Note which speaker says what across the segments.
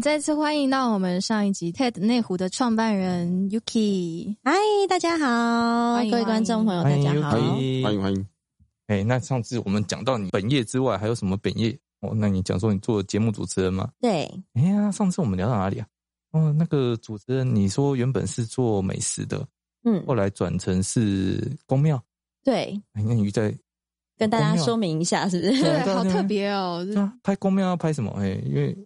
Speaker 1: 再次欢迎到我们上一集 TED 内湖的创办人 Yuki。
Speaker 2: 嗨，大家好，
Speaker 1: 欢迎
Speaker 2: 各位观众朋友，哦大
Speaker 3: 欢迎
Speaker 2: 家好。
Speaker 3: Yuki
Speaker 4: 欢迎欢迎。
Speaker 3: 哎，那上次我们讲到你本业之外还有什么本业？哦，那你讲说你做节目主持人吗？
Speaker 2: 对，
Speaker 3: 哎呀，上次我们聊到哪里啊？哦，那个主持人，你说原本是做美食的，
Speaker 2: 嗯，
Speaker 3: 后来转成是公庙。
Speaker 2: 对，
Speaker 3: 哎，那你在
Speaker 2: 跟大家
Speaker 3: 公庙
Speaker 2: 说明一下，是不是？
Speaker 3: 对
Speaker 1: 对，
Speaker 3: 啊对啊
Speaker 1: 好
Speaker 3: 对啊
Speaker 1: 特别哦。
Speaker 3: 对啊，拍公庙要拍什么？哎，因为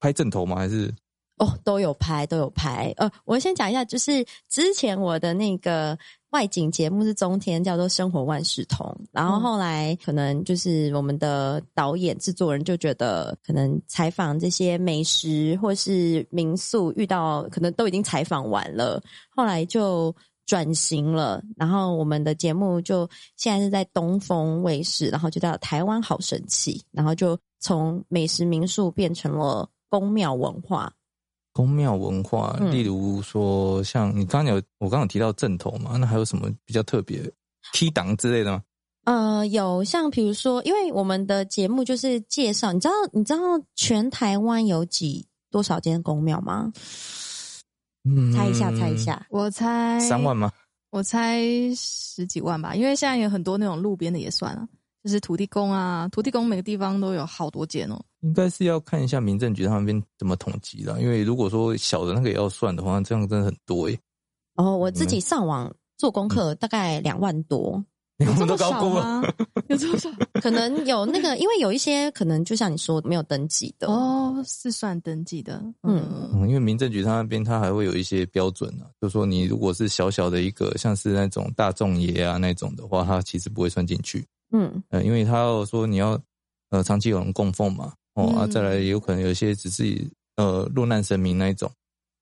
Speaker 3: 拍正头吗？还是
Speaker 2: 哦，都有拍，都有拍。呃，我先讲一下，就是之前我的那个外景节目是中天，叫做《生活万事通》，然后
Speaker 1: 嗯
Speaker 2: 后来可能就是我们的导演、制作人就觉得，可能采访这些美食或是民宿，遇到可能都已经采访完了，后来就。转型了，然后我们的节目就现在是在东风卫视，然后就叫台湾好神奇，然后就从美食民宿变成了宫庙文化，
Speaker 3: 公庙文化？
Speaker 2: 嗯
Speaker 3: 例如说，像你刚刚有我刚刚有提到正头嘛，那还有什么比较特别？T 档之类的吗？
Speaker 2: 呃，有像比如说，因为我们的节目就是介绍，你知道你知道全台湾有几多少间公庙吗？
Speaker 3: 嗯，
Speaker 2: 猜一下，猜一，下，
Speaker 1: 我猜
Speaker 3: 三万，吗？
Speaker 1: 我猜十几万吧，因为现在有很多那种路边的也算啊，就是土地公啊，土地公每个地方都有好多间 哦。
Speaker 3: 应该是要看一下民政局他们那边怎么统计的，因为如果说小的那个也要算的话，这样真的很多欸诶、
Speaker 2: 然哦后我自己上网做功课，大概两万多，
Speaker 3: 欸，我
Speaker 1: 有这
Speaker 3: 们都
Speaker 1: 么
Speaker 3: 高
Speaker 1: 少
Speaker 3: 估了。
Speaker 1: 吗？ 有这么少？
Speaker 2: 可能有那个，因为有一些可能就像你说没有登记的，
Speaker 1: 哦，是算登记的。嗯，
Speaker 3: 嗯，因为民政局它那边它还会有一些标准啊，就说你如果是小小的一个，像是那种大众爷啊那种的话，它其实不会算进去。
Speaker 2: 嗯，
Speaker 3: 呃，因为它要说你要呃长期有人供奉嘛，哦、啊，
Speaker 1: 嗯
Speaker 3: 再来也有可能有一些只是呃落难神明那一种，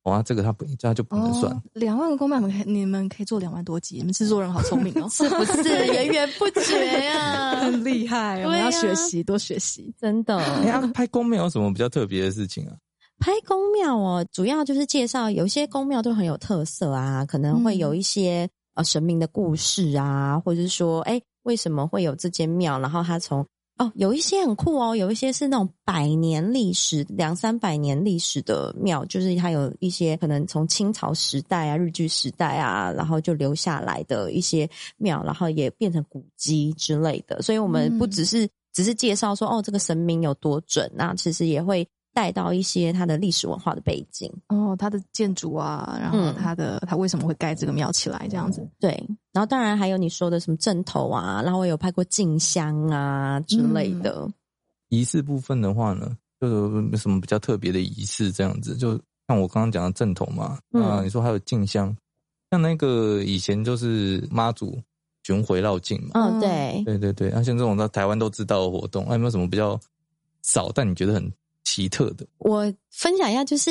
Speaker 3: 哇、这个它不它就不能嗯算。
Speaker 1: 哦，两万个公版，你们可以你们可以做两万多集，你们制作人好聪明 哦，
Speaker 2: 是不是源 源不绝啊？
Speaker 1: 很厉害，
Speaker 2: 对啊
Speaker 1: 我们要学习，多学习。
Speaker 2: 真的，
Speaker 3: 哎呀、拍公庙有什么比较特别的事情啊？
Speaker 2: 拍宫庙哦，主要就是介绍有一些宫庙都很有特色啊，可能会有一些、呃神明的故事啊，或者是说，哎，为什么会有这间庙？然后它从哦，有一些很酷哦，有一些是那种百年历史、两三百年历史的庙，就是它有一些可能从清朝时代啊、日据时代啊，然后就留下来的一些庙，然后也变成古迹之类的。所以我们不
Speaker 1: 嗯
Speaker 2: 只是、只是介绍说哦，这个神明有多准，那其实也会带到一些它的历史文化的背景。
Speaker 1: 哦，它的建筑啊，然后
Speaker 2: 嗯
Speaker 1: 它的它为什么会盖这个庙起来这样
Speaker 3: 哦
Speaker 1: 子？
Speaker 2: 对，然后当然还有你说的什么正头啊，然后我有拍过静香啊之类的。
Speaker 3: 仪式部分的话呢，就是有没有什么比较特别的仪式这样子，就像我刚刚讲的正头嘛，
Speaker 2: 嗯
Speaker 3: 那你说还有进香，像那个以前就是妈祖巡回绕境嘛，
Speaker 2: 嗯，
Speaker 1: 嗯
Speaker 2: 对，
Speaker 3: 对对对，那、像这种在台湾都知道的活动，啊那、有没有什么比较少但你觉得很奇特的？
Speaker 2: 我分享一下，就是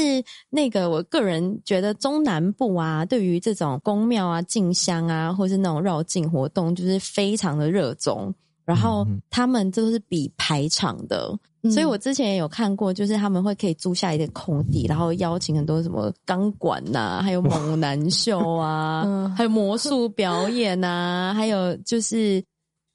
Speaker 2: 那个我个人觉得中南部啊，对于这种宫庙啊、进香啊，或是那种绕境活动，就是非常的热衷。然后
Speaker 3: 嗯嗯
Speaker 2: 他们这都是比排场的，所以我之前也有看过，就是他们会可以租下一个空地，然后邀请很多什么钢管呐、还有猛男秀啊，
Speaker 1: 嗯
Speaker 2: 还有魔术表演呐、还有就是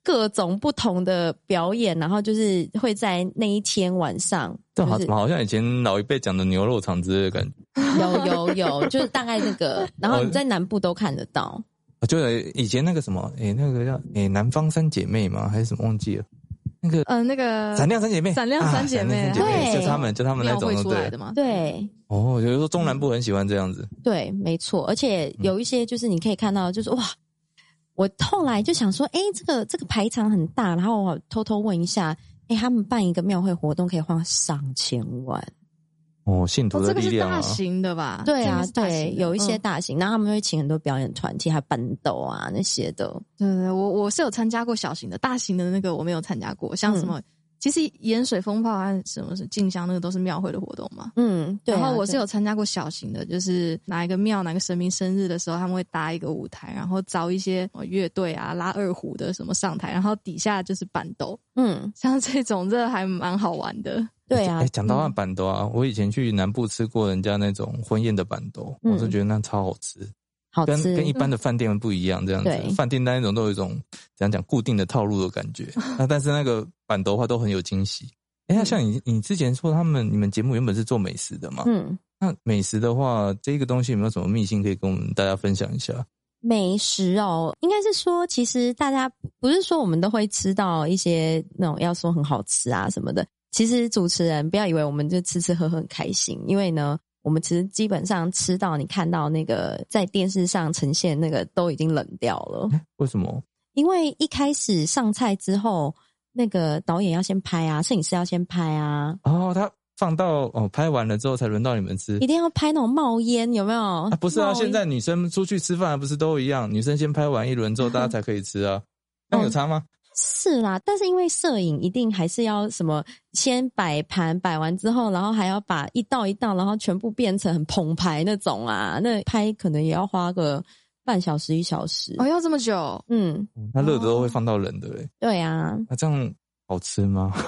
Speaker 2: 各种不同的表演，然后就是会在那一天晚上，
Speaker 3: 这
Speaker 2: 就
Speaker 3: 好
Speaker 2: 是
Speaker 3: 好像以前老一辈讲的牛肉场之类的感觉，
Speaker 2: 有有有，就是大概这 个，然后你在南部都看得到。
Speaker 3: 啊就是以前那个什么，诶、那个叫诶、南方三姐妹嘛，还是什么忘记了？那个
Speaker 1: 呃，那个
Speaker 3: 闪亮三姐妹，
Speaker 1: 闪亮三姐妹
Speaker 3: 啊闪亮三姐
Speaker 2: 对
Speaker 3: 就他们就他们那
Speaker 1: 庙
Speaker 3: 种
Speaker 1: 会出来
Speaker 3: 对
Speaker 1: 的。嘛，
Speaker 2: 对
Speaker 3: 哦，有时候中南部很喜欢这样子，
Speaker 2: 对，没错，而且有一些就是你可以看到，就是哇，我后来就想说，哎，这个这个排场很大，然后我偷偷问一下，哎，他们办一个庙会活动可以花上千万。
Speaker 3: 哦，信徒
Speaker 1: 哦，
Speaker 3: 的
Speaker 1: 这个
Speaker 3: 力
Speaker 1: 是
Speaker 3: 量
Speaker 1: 大
Speaker 3: 啊，
Speaker 1: 型的吧？
Speaker 2: 对
Speaker 1: 这
Speaker 2: 啊
Speaker 1: 个是，大型的
Speaker 2: 对，有一些
Speaker 1: 嗯
Speaker 2: 大型，然后他们会请很多表演团体，还有伴斗啊那些的。
Speaker 1: 对对，对嗯我我是有参加过小型的，大型的那个我没有参加过，像
Speaker 2: 嗯
Speaker 1: 什么。其实盐水风炮和什么是静香，那个都是庙会的活动嘛。
Speaker 2: 嗯，对啊、
Speaker 1: 然后我是
Speaker 2: 对
Speaker 1: 有参加过小型的，就是哪一个庙、哪个神明生日的时候，他们会搭一个舞台，然后找一些呃乐队啊、拉二胡的什么上台，然后底下就是板斗，
Speaker 2: 嗯，
Speaker 1: 像这种这还蛮好玩的。
Speaker 2: 对啊
Speaker 3: 诶，讲到那板豆啊，我以前去南部吃过人家那种婚宴的板豆，
Speaker 2: 嗯
Speaker 3: 我是觉得那超好吃，
Speaker 2: 好
Speaker 3: 跟
Speaker 2: 吃嗯
Speaker 3: 跟一般的饭店不一样，这样
Speaker 2: 对
Speaker 3: 子，饭店那 一种都有一种怎样讲固定的套路的感觉，那但是那个板豆的话都很有惊喜，哎，那像你你之前说他们你们节目原本是做美食的嘛？
Speaker 2: 嗯，
Speaker 3: 那美食的话，这个东西有没有什么秘辛可以跟我们大家分享一下？
Speaker 2: 美食哦，应该是说，其实大家不是说我们都会吃到一些那种要说很好吃啊什么的。其实主持人不要以为我们就吃吃喝喝很开心，因为呢，我们其实基本上吃到你看到那个在电视上呈现那个都已经冷掉了。
Speaker 3: 为什么？
Speaker 2: 因为一开始上菜之后，那个导演要先拍啊，摄影师要先拍啊，
Speaker 3: 哦，他放到哦拍完了之后才轮到你们吃
Speaker 2: 一。定要拍那种冒烟，有没有？
Speaker 3: 啊、不是啊，
Speaker 2: 冒烟
Speaker 1: 哦
Speaker 3: 现在女生出去吃饭还不是都一样？女生先拍完一轮之后，大家才可以吃
Speaker 1: 哦
Speaker 3: 啊。那有差吗？
Speaker 2: 是啦，但是因为摄影一定还是要什么，先摆盘，摆完之后，然后还要把一道一道，然后全部变成很澎湃那种啊，那拍可能也要花个半小时一小时。
Speaker 1: 哦，要这么久？
Speaker 2: 嗯，
Speaker 1: 哦
Speaker 3: 哦那热的都会放到冷的嘞，
Speaker 2: 对啊，
Speaker 3: 那这样好吃吗？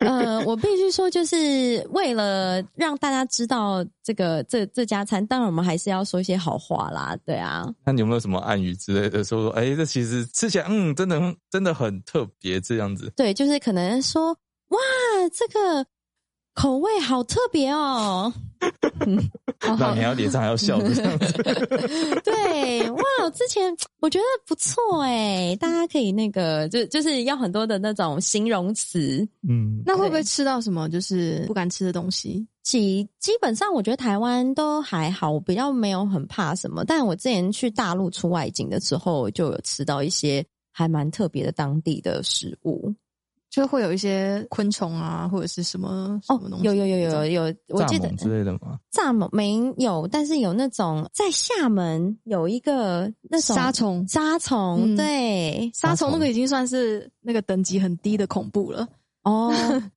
Speaker 2: 呃，我必须说，就是为了让大家知道这个这这家餐，当然我们还是要说一些好话啦，对啊，
Speaker 3: 那你有没有什么暗语之类的说说？哎、这其实吃起来，嗯，真的很真的很特别，这样子。
Speaker 2: 对，就是可能说，哇，这个口味好特别哦，
Speaker 1: 哦
Speaker 3: 那你还要脸上还要笑的这样 子。
Speaker 2: 对，哇，我之前我觉得不错哎，大家可以那个，就就是要很多的那种形容词。
Speaker 3: 嗯，
Speaker 1: 那会不会吃到什么就是不敢吃的东西？
Speaker 2: 基基本上，我觉得台湾都还好，我比较没有很怕什么。但我之前去大陆出外景的时候，就有吃到一些还蛮特别的当地的食物。
Speaker 1: 就会有一些昆虫啊，或者是什么什
Speaker 2: 哦
Speaker 1: 么东，西？
Speaker 2: 有有有有有，我
Speaker 3: 蚱
Speaker 2: 记得
Speaker 3: 蜢之类的吗？
Speaker 2: 蚱蜢没有，但是有那种在厦门有一个那种
Speaker 1: 杀虫，
Speaker 2: 沙虫，
Speaker 1: 嗯
Speaker 2: 对，
Speaker 1: 杀虫那个已经算是那个等级很低的恐怖 了。
Speaker 2: 哦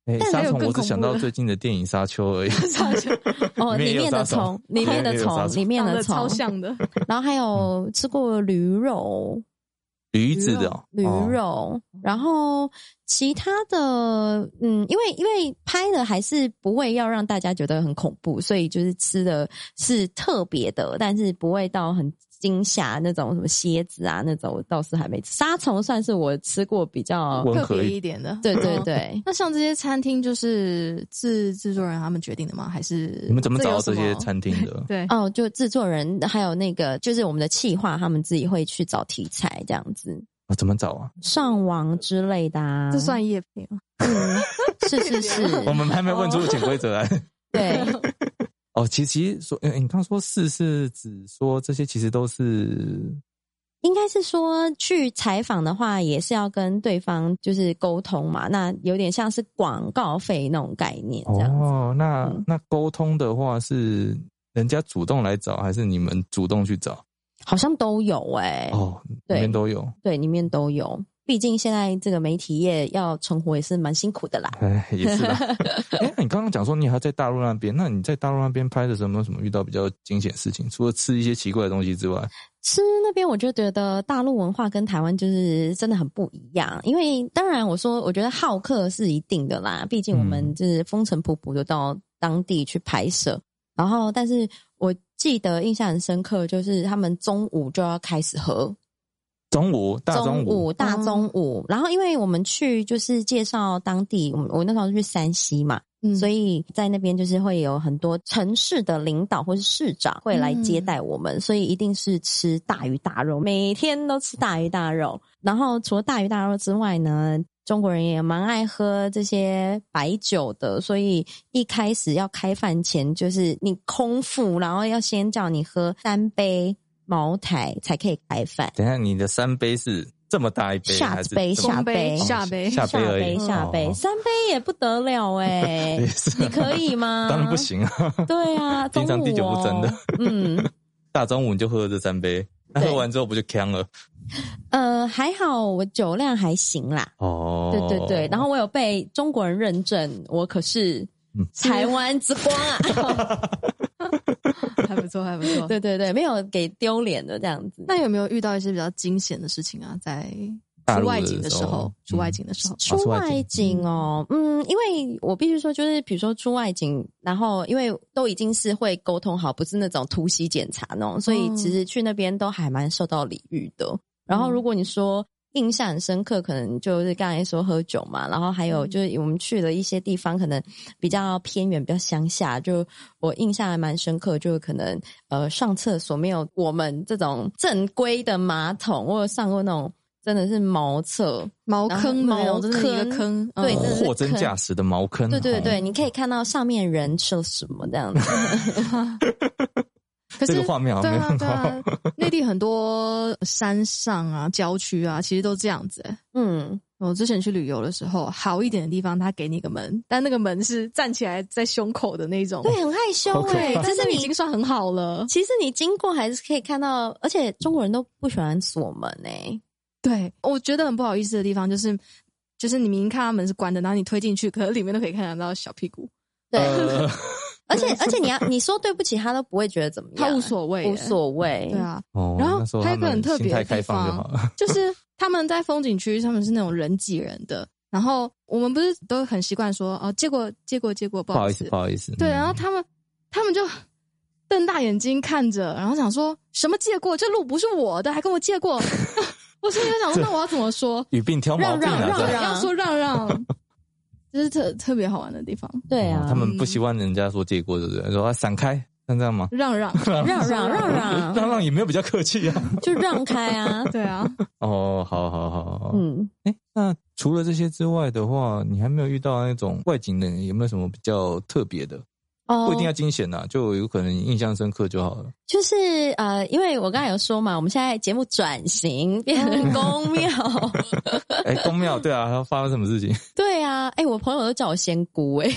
Speaker 3: 哎、
Speaker 1: 但
Speaker 3: 沙
Speaker 1: 还有
Speaker 3: 虫，
Speaker 1: 更
Speaker 3: 我只
Speaker 1: 恐
Speaker 3: 想
Speaker 1: 怖
Speaker 3: 到
Speaker 1: 的
Speaker 3: 最近的电影《沙丘》而已。
Speaker 1: 杀虫
Speaker 2: 哦，
Speaker 3: 里面
Speaker 2: 里
Speaker 3: 也有
Speaker 2: 面的
Speaker 3: 杀虫
Speaker 2: 虫，里面的
Speaker 3: 里面也有杀
Speaker 2: 虫，
Speaker 3: 虫
Speaker 2: 里面
Speaker 1: 长
Speaker 2: 的
Speaker 1: 得超
Speaker 2: 虫，
Speaker 1: 像 的，
Speaker 2: 然后还有吃过驴
Speaker 3: 哦
Speaker 2: 肉，
Speaker 3: 驴子的哦，
Speaker 2: 驴
Speaker 3: 哦
Speaker 2: 肉，然后其他的，嗯，因为因为拍的还是不会要让大家觉得很恐怖，所以就是吃的是特别的，但是不会到很惊吓那种什么蝎子啊那种，我倒是还没吃。沙虫算是我吃过比 较，
Speaker 3: 温
Speaker 1: 特
Speaker 3: 和
Speaker 1: 别
Speaker 3: 一
Speaker 1: 一点的。，
Speaker 2: 对对对
Speaker 1: 那像这些餐厅就是制制作人他们决定的吗？还是
Speaker 3: 你们怎么找到
Speaker 1: 这有
Speaker 3: 这
Speaker 1: 什
Speaker 3: 些
Speaker 1: 么
Speaker 3: 餐厅 的？
Speaker 1: 对，
Speaker 2: 哦，就制作人还有那个就是我们的企划，他们自己会去找题材这样子。
Speaker 3: 啊，怎么找啊？
Speaker 2: 上网之类的啊，
Speaker 1: 这算业配吗？
Speaker 2: 嗯，是是是，
Speaker 3: 我们还没问出潜规则啊来。
Speaker 2: 对，
Speaker 3: 哦，其实其实说，哎、你刚说是是指说这些其实都是
Speaker 2: 应该是说去采访的话，也是要跟对方就是沟通嘛，那有点像是广告费那种概念这样子。
Speaker 3: 哦，那、
Speaker 2: 嗯
Speaker 3: 那沟通的话是人家主动来找，还是你们主动去找？
Speaker 2: 好像都有哎、
Speaker 3: 哦，
Speaker 2: 对
Speaker 3: 里面都有。
Speaker 2: 对，里面都有。毕竟现在这个媒体业要存活也是蛮辛苦的啦。
Speaker 3: 哎，也 是啦。哎、你刚刚讲说你还在大陆那边，那你在大陆那边拍的时候，有没有什么遇到比较惊险的事情？除了吃一些奇怪的东西之外，
Speaker 2: 吃那边我就觉得大陆文化跟台湾就是真的很不一样，因为当然我说我觉得好客是一定的啦，毕竟我们
Speaker 3: 嗯
Speaker 2: 就是风尘仆仆的到当地去拍摄，然后但是我记得印象很深刻，就是他们中午就要开始喝，
Speaker 3: 中午大中
Speaker 2: 午大
Speaker 1: 哦
Speaker 2: 中午，然后因为我们去就是介绍当地，我们我那时候是去山西嘛，
Speaker 1: 嗯
Speaker 2: 所
Speaker 1: 以
Speaker 2: 以在那边就是会有很多城市的领导或是市长会来接待我们，所以一定是吃大鱼大肉，每天都吃大鱼大肉。然后除了大鱼大肉之外呢，中国人也蛮爱喝这些白酒的，所以一开始要开饭前就是你空腹，然后要先叫你喝三杯茅台才可以开饭。
Speaker 3: 等一下，你的三杯是这么大一杯，
Speaker 2: 下
Speaker 3: 还是
Speaker 2: 杯
Speaker 3: 这么
Speaker 2: 下杯
Speaker 3: 哦
Speaker 1: 下杯
Speaker 3: 下杯
Speaker 2: 下
Speaker 3: 而
Speaker 2: 杯
Speaker 3: 已，
Speaker 2: 下杯，
Speaker 3: 哦
Speaker 2: 三杯也不得了 哎、
Speaker 3: 也是
Speaker 2: 你可以吗？
Speaker 3: 当然不行啊！
Speaker 2: 对啊，
Speaker 3: 平常
Speaker 2: 中午
Speaker 3: 滴酒不沾的
Speaker 2: 哦。嗯，
Speaker 3: 大中午你就喝了这三杯，那
Speaker 2: 对
Speaker 3: 喝完之后不就呛了？
Speaker 2: 呃，还好我酒量还行啦。
Speaker 3: 哦，
Speaker 2: 对对对，然后我有被中国人认证，我可是
Speaker 3: 嗯
Speaker 2: 台湾之光啊！
Speaker 1: 还不错，还不错。
Speaker 2: 对对对，没有给丢脸的这样子。
Speaker 1: 那有没有遇到一些比较惊险的事情啊？在
Speaker 3: 大
Speaker 1: 出
Speaker 3: 陆
Speaker 1: 外景的时候
Speaker 3: 嗯，
Speaker 1: 出外景的时候，
Speaker 2: 出外景哦，嗯，因为我必须说，就是比如说出外景，然后因为都已经是会沟通好，不是那种突袭检查那种，所以
Speaker 1: 嗯
Speaker 2: 嗯其实去那边都还蛮受到礼遇的。然后如果你说印象很深刻，可能就是刚才说喝酒嘛，然后还有就是我们去了一些地方，可能比较偏远、比较乡下，就我印象还蛮深刻，就是可能呃上厕所没有我们这种正规的马桶，我有上过那种真的是茅厕，
Speaker 1: 茅
Speaker 2: 然后
Speaker 1: 坑的那
Speaker 2: 茅
Speaker 1: 种，真的一
Speaker 2: 坑
Speaker 1: 个坑，
Speaker 2: 对真
Speaker 1: 嗯
Speaker 2: 的是
Speaker 3: 货哦真价实的茅坑，
Speaker 2: 对对
Speaker 3: 哦
Speaker 2: 对，，你可以看到上面人吃了什么这样 子，
Speaker 1: 可
Speaker 3: 这
Speaker 1: 是
Speaker 3: 个画面好
Speaker 1: 对
Speaker 3: 像没
Speaker 1: 啊
Speaker 3: 有
Speaker 1: 对 啊，内地很多山上啊、郊区啊，其实都这样子、欸。
Speaker 2: 嗯。
Speaker 1: 我之前去旅游的时候，好一点的地方，他给你一个门，但那个门是站起来在胸口的那种。
Speaker 2: 对，很害羞
Speaker 3: 好可
Speaker 2: 哎、
Speaker 3: 怕
Speaker 2: 但
Speaker 1: 但
Speaker 2: 是
Speaker 1: 是已
Speaker 2: 你
Speaker 1: 经算很好了。
Speaker 2: 其实你经过还是可以看到，而且中国人都不喜欢锁门哎、
Speaker 1: 对，我觉得很不好意思的地方就是，就是你明明看他门是关的，然后你推进去，可是里面都可以看得到小屁股，
Speaker 2: 对，
Speaker 3: 呃
Speaker 2: 而且而且你要你说对不起，他都不会觉得怎么样，
Speaker 1: 他无所谓、
Speaker 2: 啊无
Speaker 1: 欸
Speaker 2: 所谓，
Speaker 1: 对，啊，
Speaker 3: 哦，
Speaker 1: 然后
Speaker 3: 那时候
Speaker 1: 还有一个
Speaker 3: 他们
Speaker 1: 很特别的
Speaker 3: 心态开放就
Speaker 1: 地方
Speaker 3: 好了。
Speaker 1: 就是他们在风景区，他们是那种人挤人的。然后我们不是都很习惯说哦，结果结果结果不
Speaker 3: 不好
Speaker 1: 好
Speaker 3: 意
Speaker 1: 意
Speaker 3: 思，
Speaker 1: 思
Speaker 3: 不，好意思。
Speaker 1: 对，
Speaker 3: 嗯
Speaker 1: 然后他们他们就瞪大眼睛看着，然后想说什么借过？这路不是我的，还跟我借过。 我瞬间想说，那我要怎么说？
Speaker 3: 语病挑毛病
Speaker 2: 让
Speaker 3: 啊，
Speaker 2: 让
Speaker 3: 这
Speaker 2: 让
Speaker 1: 要说让让，这是特特别好玩的地方。
Speaker 2: 对
Speaker 3: 哦
Speaker 2: 啊，
Speaker 3: 他
Speaker 1: 嗯
Speaker 3: 们不希望人家说借过，对不对？说啊，闪开，像这样吗？
Speaker 1: 让让，
Speaker 2: 让让让让
Speaker 1: 嗯
Speaker 3: 让让也没有比较客气啊。
Speaker 2: 就让开啊，
Speaker 1: 对啊，
Speaker 3: 哦，好好好好。嗯，
Speaker 2: 嗯，
Speaker 3: 哎，那除了这些之外的话，你还没有遇到那种外景的人，有没有什么比较特别的？
Speaker 2: 哦
Speaker 3: 不一定要惊险呐，就有可能印象深刻就好了。
Speaker 2: 就是呃，因为我刚才有说嘛，我们现在节目转型变
Speaker 3: 嗯
Speaker 2: 成公庙，
Speaker 3: 哎，公庙对啊，要发生什么事情？
Speaker 2: 对啊，哎、我朋友都叫我仙姑哎、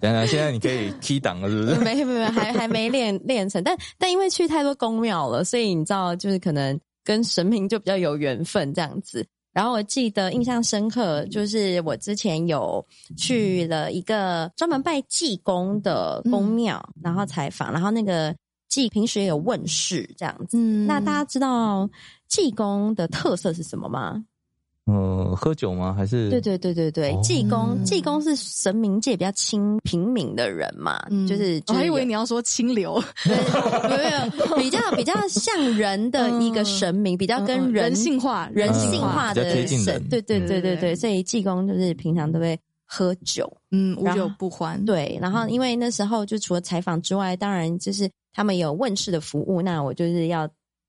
Speaker 3: 等等，现在你可以 key 档了，是不是？
Speaker 2: 没没没，还还没练练成，但但因为去太多宫庙了，所以你知道，就是可能跟神明就比较有缘分这样子。然后我记得印象深刻，就是我之前有去了一个专门拜济公的
Speaker 1: 嗯
Speaker 2: 宫庙，然后采访，然后那个济平时也有问世这样子。
Speaker 1: 嗯
Speaker 2: 那大家知道济公的特色是什么吗？
Speaker 3: 嗯，喝酒吗？还是
Speaker 2: 对对对对对，
Speaker 3: 哦
Speaker 2: 济公
Speaker 1: 嗯
Speaker 2: 济公是神明界比较亲平民的人嘛，就是就
Speaker 1: 我
Speaker 2: 是
Speaker 1: 嗯哦还以
Speaker 2: 有
Speaker 1: 为你要说清流，
Speaker 2: 没有，比较比较像人的一个神明，比较跟人
Speaker 1: 嗯人性化，
Speaker 2: 人性
Speaker 3: 嗯
Speaker 2: 化
Speaker 3: 比较贴
Speaker 2: 的
Speaker 3: 近
Speaker 2: 神
Speaker 3: 人，
Speaker 2: 对对对对
Speaker 1: 对
Speaker 2: 对，
Speaker 1: 对
Speaker 2: 所以济公就是平常都会喝酒，
Speaker 1: 嗯，无
Speaker 2: 然后
Speaker 1: 酒不欢，，
Speaker 2: 对，然后因为那时候就除了采访之外，当然就是他们有问世的服务，那我就是要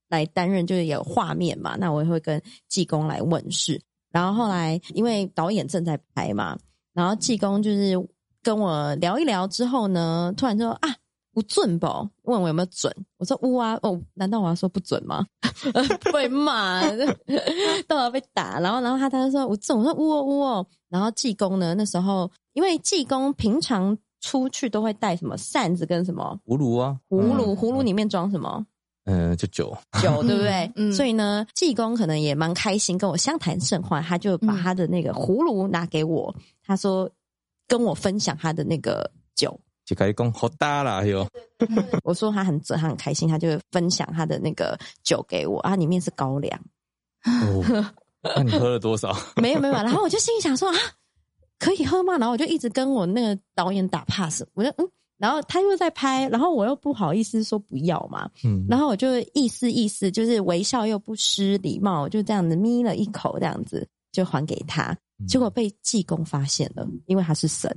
Speaker 2: 来担任，就是有画面嘛，那我也会跟济公来问世。然后后来因为导演正在拍嘛，然后济公就是跟我聊一聊之后呢，突然说啊。不准不？问我有没有准？我说呜啊哦，难道我要说不准吗？ 被骂， 到要被打。然后，然后他他就说我准，我说呜哦呜哦。然后济公呢，那时候因为济公平常出去都会带什么扇子跟什么
Speaker 3: 葫芦啊？
Speaker 2: 葫芦，
Speaker 3: 嗯
Speaker 2: 葫芦里面装什 么
Speaker 3: 嗯，就酒。
Speaker 2: 酒，对不对？
Speaker 1: 嗯
Speaker 2: 所以呢，济公可能也蛮开心，跟我相谈甚欢，他就
Speaker 1: 嗯
Speaker 2: 把他的那个葫芦拿给我，他说跟我分享他的那个酒。
Speaker 3: 就开始讲好大啦， 哎呦，
Speaker 2: 我说他很准，他很开心，他就分享他的那个酒给我，啊，里面是高粱。
Speaker 3: 哦那你喝了多少？
Speaker 2: 没有没有，然后我就心里想说啊，可以喝吗？然后我就一直跟我那个导演打 pass，我就嗯，然后他又在拍，然后我又不好意思说不要嘛，
Speaker 3: 嗯，
Speaker 2: 然后我就意思意思，就是微笑又不失礼貌，我就这样子眯了一口，这样子就还给他，
Speaker 3: 嗯
Speaker 2: 结果被济公发现了，因为他是神，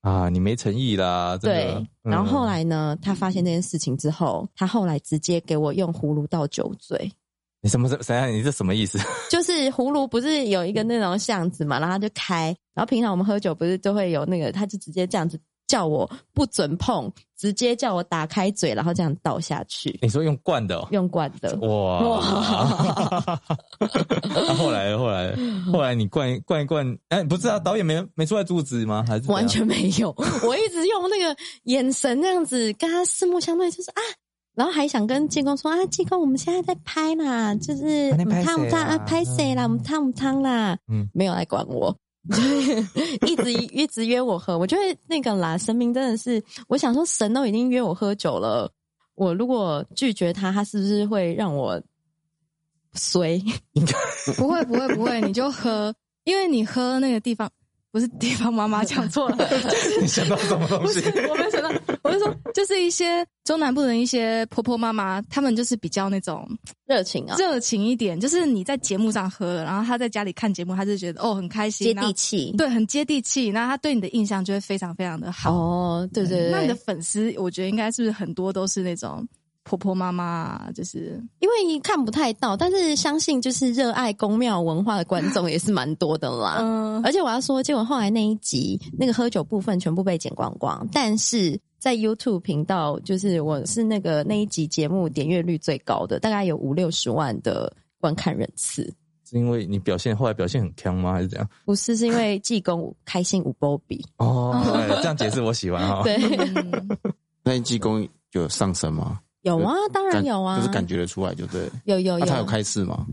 Speaker 3: 啊，你没诚意啦，真的
Speaker 2: 对。
Speaker 3: 嗯
Speaker 2: 然后后来呢，他发现这件事情之后，他后来直接给我用葫芦倒酒醉。
Speaker 3: 你什么什谁啊？你这什么意思？
Speaker 2: 就是葫芦不是有一个那种巷子嘛，然后他就开，然后平常我们喝酒不是都会有那个，他就直接这样子叫我不准碰，直接叫我打开嘴，然后这样倒下去，
Speaker 3: 你说用惯的哦？
Speaker 2: 用惯的。
Speaker 3: 哇！那后来后来后来你灌一灌一灌，哎，不是啊，导演没没出来阻止吗？还是怎样
Speaker 2: 完全没 有，我一直用那个眼神那样子跟他四目相对，就是啊，然后还想跟济公说啊，济公，我们现在在拍啦，就是
Speaker 3: 啊在
Speaker 2: 嗯
Speaker 3: 拍
Speaker 2: 汤
Speaker 3: 谁
Speaker 2: 姆汤啊，
Speaker 3: 啦
Speaker 2: 拍谁啦，我们汤姆汤啦，
Speaker 3: 嗯
Speaker 2: 没有来管我。 一直一直约我喝，我觉得那个啦，神明真的是，我想说神都已经约我喝酒了，我如果拒绝他，他是不是会让我衰？
Speaker 1: 不会不会不会，你就喝，因为你喝那个地方，不是地方妈妈讲错了，
Speaker 3: 你想到什么东西？
Speaker 1: 我没有想到，我是说，就是一些中南部的一些婆婆妈妈，她们就是比较那种
Speaker 2: 热情啊，
Speaker 1: 热情一点，就是你在节目上喝了，然后她在家里看节目，她就觉得哦很开心，
Speaker 2: 接
Speaker 1: 然后
Speaker 2: 地气。
Speaker 1: 对，很接地气，那她对你的印象就会非常非常的好。
Speaker 2: 哦，对对
Speaker 1: 那你的
Speaker 2: 对，
Speaker 1: 粉丝，我觉得应该是不是很多都是那种婆婆妈妈啊，就是
Speaker 2: 因为你看不太到，但是相信就是热爱宫庙文化的观众也是蛮多的啦。
Speaker 1: 嗯，
Speaker 2: 而且我要说，结果后来那一集那个喝酒部分全部被剪光光，但是在 YouTube 频道，就是我是那个那一集节目点阅率最高的，大概有五六十万的观看人次。
Speaker 3: 是因为你表现后来表现很强吗？还是怎样？
Speaker 2: 不是是因为济公五开心五波比，
Speaker 3: 哦，对，这样解释我喜欢 哈。
Speaker 4: 哦
Speaker 2: 对，
Speaker 1: 嗯
Speaker 4: 那济公有上升吗？
Speaker 2: 有啊，当然有啊，
Speaker 4: 就是感觉得出来，就对了。
Speaker 2: 有有
Speaker 4: 那、
Speaker 2: 有，
Speaker 4: 他有开示吗？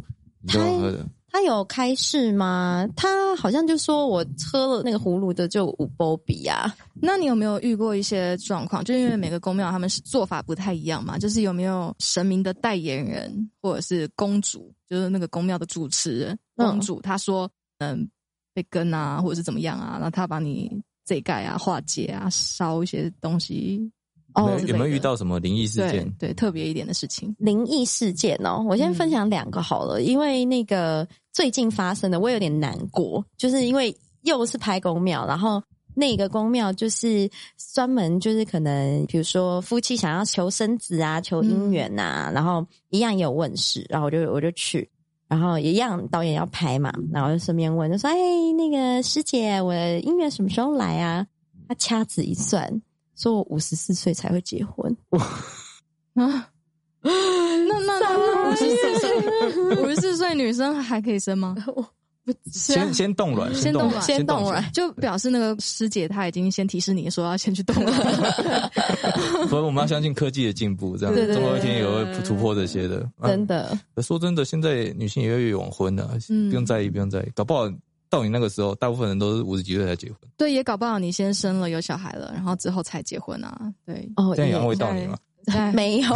Speaker 4: 你跟我喝的，
Speaker 2: 他有开市吗？他好像就说我喝了那个葫芦的就五波比啊，
Speaker 1: 那你有没有遇过一些状况？就因为每个宫庙他们是做法不太一样嘛，就是有没有神明的代言人或者是公主，就是那个宫庙的主持人
Speaker 2: 嗯
Speaker 1: 公主，她说嗯被跟啊，或者是怎么样啊，然后她把你这盖啊化解啊，烧一些东西
Speaker 3: 有
Speaker 1: 哦
Speaker 3: 没有，有没有遇到什么灵异事
Speaker 1: 对
Speaker 3: 件？
Speaker 1: 对特别一点的事情？
Speaker 2: 灵异事件哦，我先
Speaker 1: 嗯
Speaker 2: 分享两个好了，因为那个最近发生的，我有点难过，就是因为又是拍公庙，然后那个公庙就是专门就是可能比如说夫妻想要求生子啊、求
Speaker 3: 嗯
Speaker 2: 姻缘呐、然后一样也有问世，然后我就我就去。然后一样，导演要拍嘛，然后就顺便问，就说：“哎，那个师姐，我姻缘什么时候来啊？”他掐指一算，说我五十四岁才会结婚。
Speaker 1: 啊，那那那五十四岁，五十四岁女生还可以生吗？
Speaker 3: 先先冻卵，
Speaker 1: 先
Speaker 3: 冻
Speaker 1: 冻卵
Speaker 3: 先
Speaker 2: 先冻
Speaker 3: 卵
Speaker 2: 卵。
Speaker 1: 就表示那个师姐她已经先提示你说要先去动了。
Speaker 3: 所以我们要相信科技的进步，这样
Speaker 1: 对对
Speaker 3: 总有一
Speaker 1: 对
Speaker 3: 天也会突破这些的。啊
Speaker 2: 真的，
Speaker 3: 可说真的，现在女性也越来越晚婚了，
Speaker 1: 嗯
Speaker 3: 不用在意，不用在意。搞不好到你那个时候，大部分人都是五十几岁才结婚，
Speaker 1: 对，也搞不好你先生了有小孩了，然后之后才结婚啊。对，
Speaker 2: 哦，
Speaker 3: 这样也安慰
Speaker 1: 在
Speaker 3: 到你嘛？
Speaker 1: 在
Speaker 2: 没有，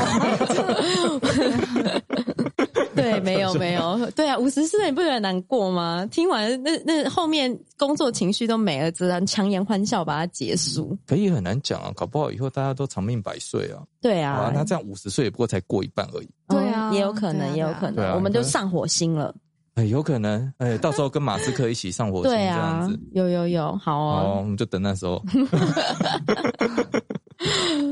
Speaker 2: 对，没有没有，对啊，五十四岁你不觉得难过吗？听完那那后面工作情绪都没了，只能强颜欢笑把它结束。
Speaker 3: 可以很难讲啊，搞不好以后大家都长命百岁啊！
Speaker 2: 对
Speaker 3: 啊
Speaker 2: 啊，，
Speaker 3: 那这样五十岁也不过才过一半而已，
Speaker 2: 哦
Speaker 1: 对啊
Speaker 2: 也有可
Speaker 1: 对
Speaker 2: 能，
Speaker 1: 啊
Speaker 2: 也有可
Speaker 3: 对啊
Speaker 2: 能，我们
Speaker 3: 对
Speaker 2: 就
Speaker 3: 啊
Speaker 2: 上火星了。
Speaker 3: 哎，有可能，哎，到时候跟马斯克一起上火星这
Speaker 2: 对
Speaker 3: 样
Speaker 2: 啊
Speaker 3: 子，，
Speaker 2: 有有有，好
Speaker 3: 好，
Speaker 2: 哦。
Speaker 3: 我们就等那时候。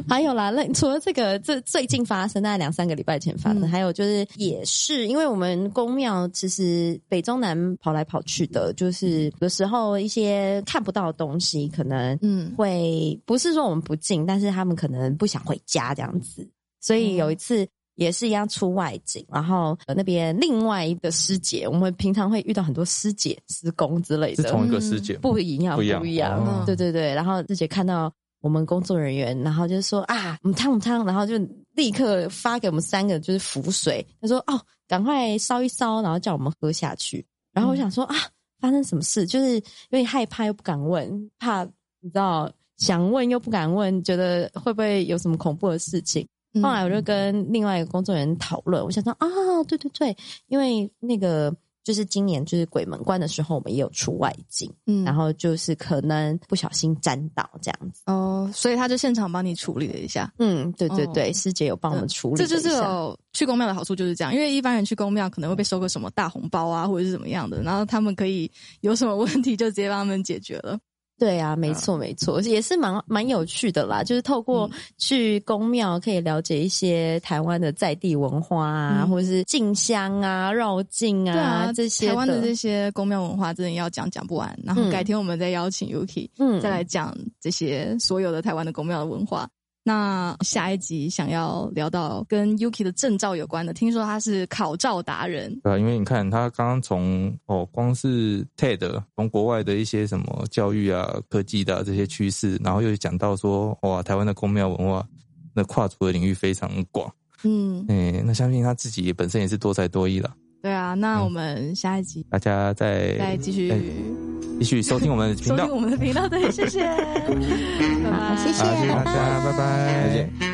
Speaker 2: 还有啦，那除了这个，这最近发生，大概两三个礼拜前发生，
Speaker 1: 嗯
Speaker 2: 还有就是也是因为我们宫庙其实北中南跑来跑去的，就是有的时候一些看不到的东西，可能
Speaker 1: 嗯，
Speaker 2: 会不是说我们不敬，但是他们可能不想回家这样子。所以有一次也是一样出外景，然后呃那边另外一个师姐，我们平常会遇到很多师姐、师公之类
Speaker 3: 是
Speaker 2: 的，
Speaker 3: 同一个师姐吗，
Speaker 2: 不一样，
Speaker 3: 不一样
Speaker 2: 不一样。
Speaker 1: 哦
Speaker 2: 对对对，然后师姐看到我们工作人员，然后就说啊，我们汤我们汤，然后就立刻发给我们三个就是符水，他说哦，赶快烧一烧，然后叫我们喝下去。然后我想说、啊，发生什么事？就是有点害怕，又不敢问，怕你知道。想问又不敢问，觉得会不会有什么恐怖的事情？
Speaker 1: 嗯
Speaker 2: 后来我就跟另外一个工作人员讨论，我想说啊，对对对，因为那个就是今年就是鬼门关的时候，我们也有出外景，
Speaker 1: 嗯
Speaker 2: 然后就是可能不小心沾到这样子。
Speaker 1: 哦，所以他就现场帮你处理了一下。
Speaker 2: 嗯，对对
Speaker 1: 哦
Speaker 2: 对，师姐有帮我们处理了一
Speaker 1: 这
Speaker 2: 下，
Speaker 1: 就是有去公庙的好处，就是这样。因为一般人去公庙可能会被收个什么大红包啊，或者是怎么样的，然后他们可以有什么问题就直接帮他们解决了。
Speaker 2: 对啊，没错没错，也是蛮蛮有趣的啦。就是透过去宫庙，可以了解一些台湾的在地文化啊，
Speaker 1: 嗯
Speaker 2: 或者是进香啊、绕境
Speaker 1: 对啊，
Speaker 2: 这些
Speaker 1: 台湾的
Speaker 2: 的
Speaker 1: 这些公庙文化真的要讲讲不完。然后
Speaker 2: 嗯
Speaker 1: 改天我们再邀请 Yuki
Speaker 2: 嗯
Speaker 1: 再来讲这些所有的台湾的公庙的文化。那下一集想要聊到跟 Yuki 的证照有关的，听说他是考照达人。
Speaker 3: 对啊，因为你看他刚刚从哦，光是 TED 从国外的一些什么教育啊、科技的、啊、这些趋势，然后又讲到说哇，台湾的公庙文化那跨足的领域非常广，
Speaker 1: 嗯，
Speaker 3: 嗯，那相信他自己也本身也是多才多艺了。
Speaker 1: 对啊，那我们下一集
Speaker 3: 大家再
Speaker 1: 再继续
Speaker 3: 哎继续收听我们的频
Speaker 1: 收
Speaker 3: 道
Speaker 1: 听，我们的频道，对，谢谢，拜拜，
Speaker 2: 好谢谢
Speaker 3: 好，谢谢大家，拜拜。
Speaker 4: 再见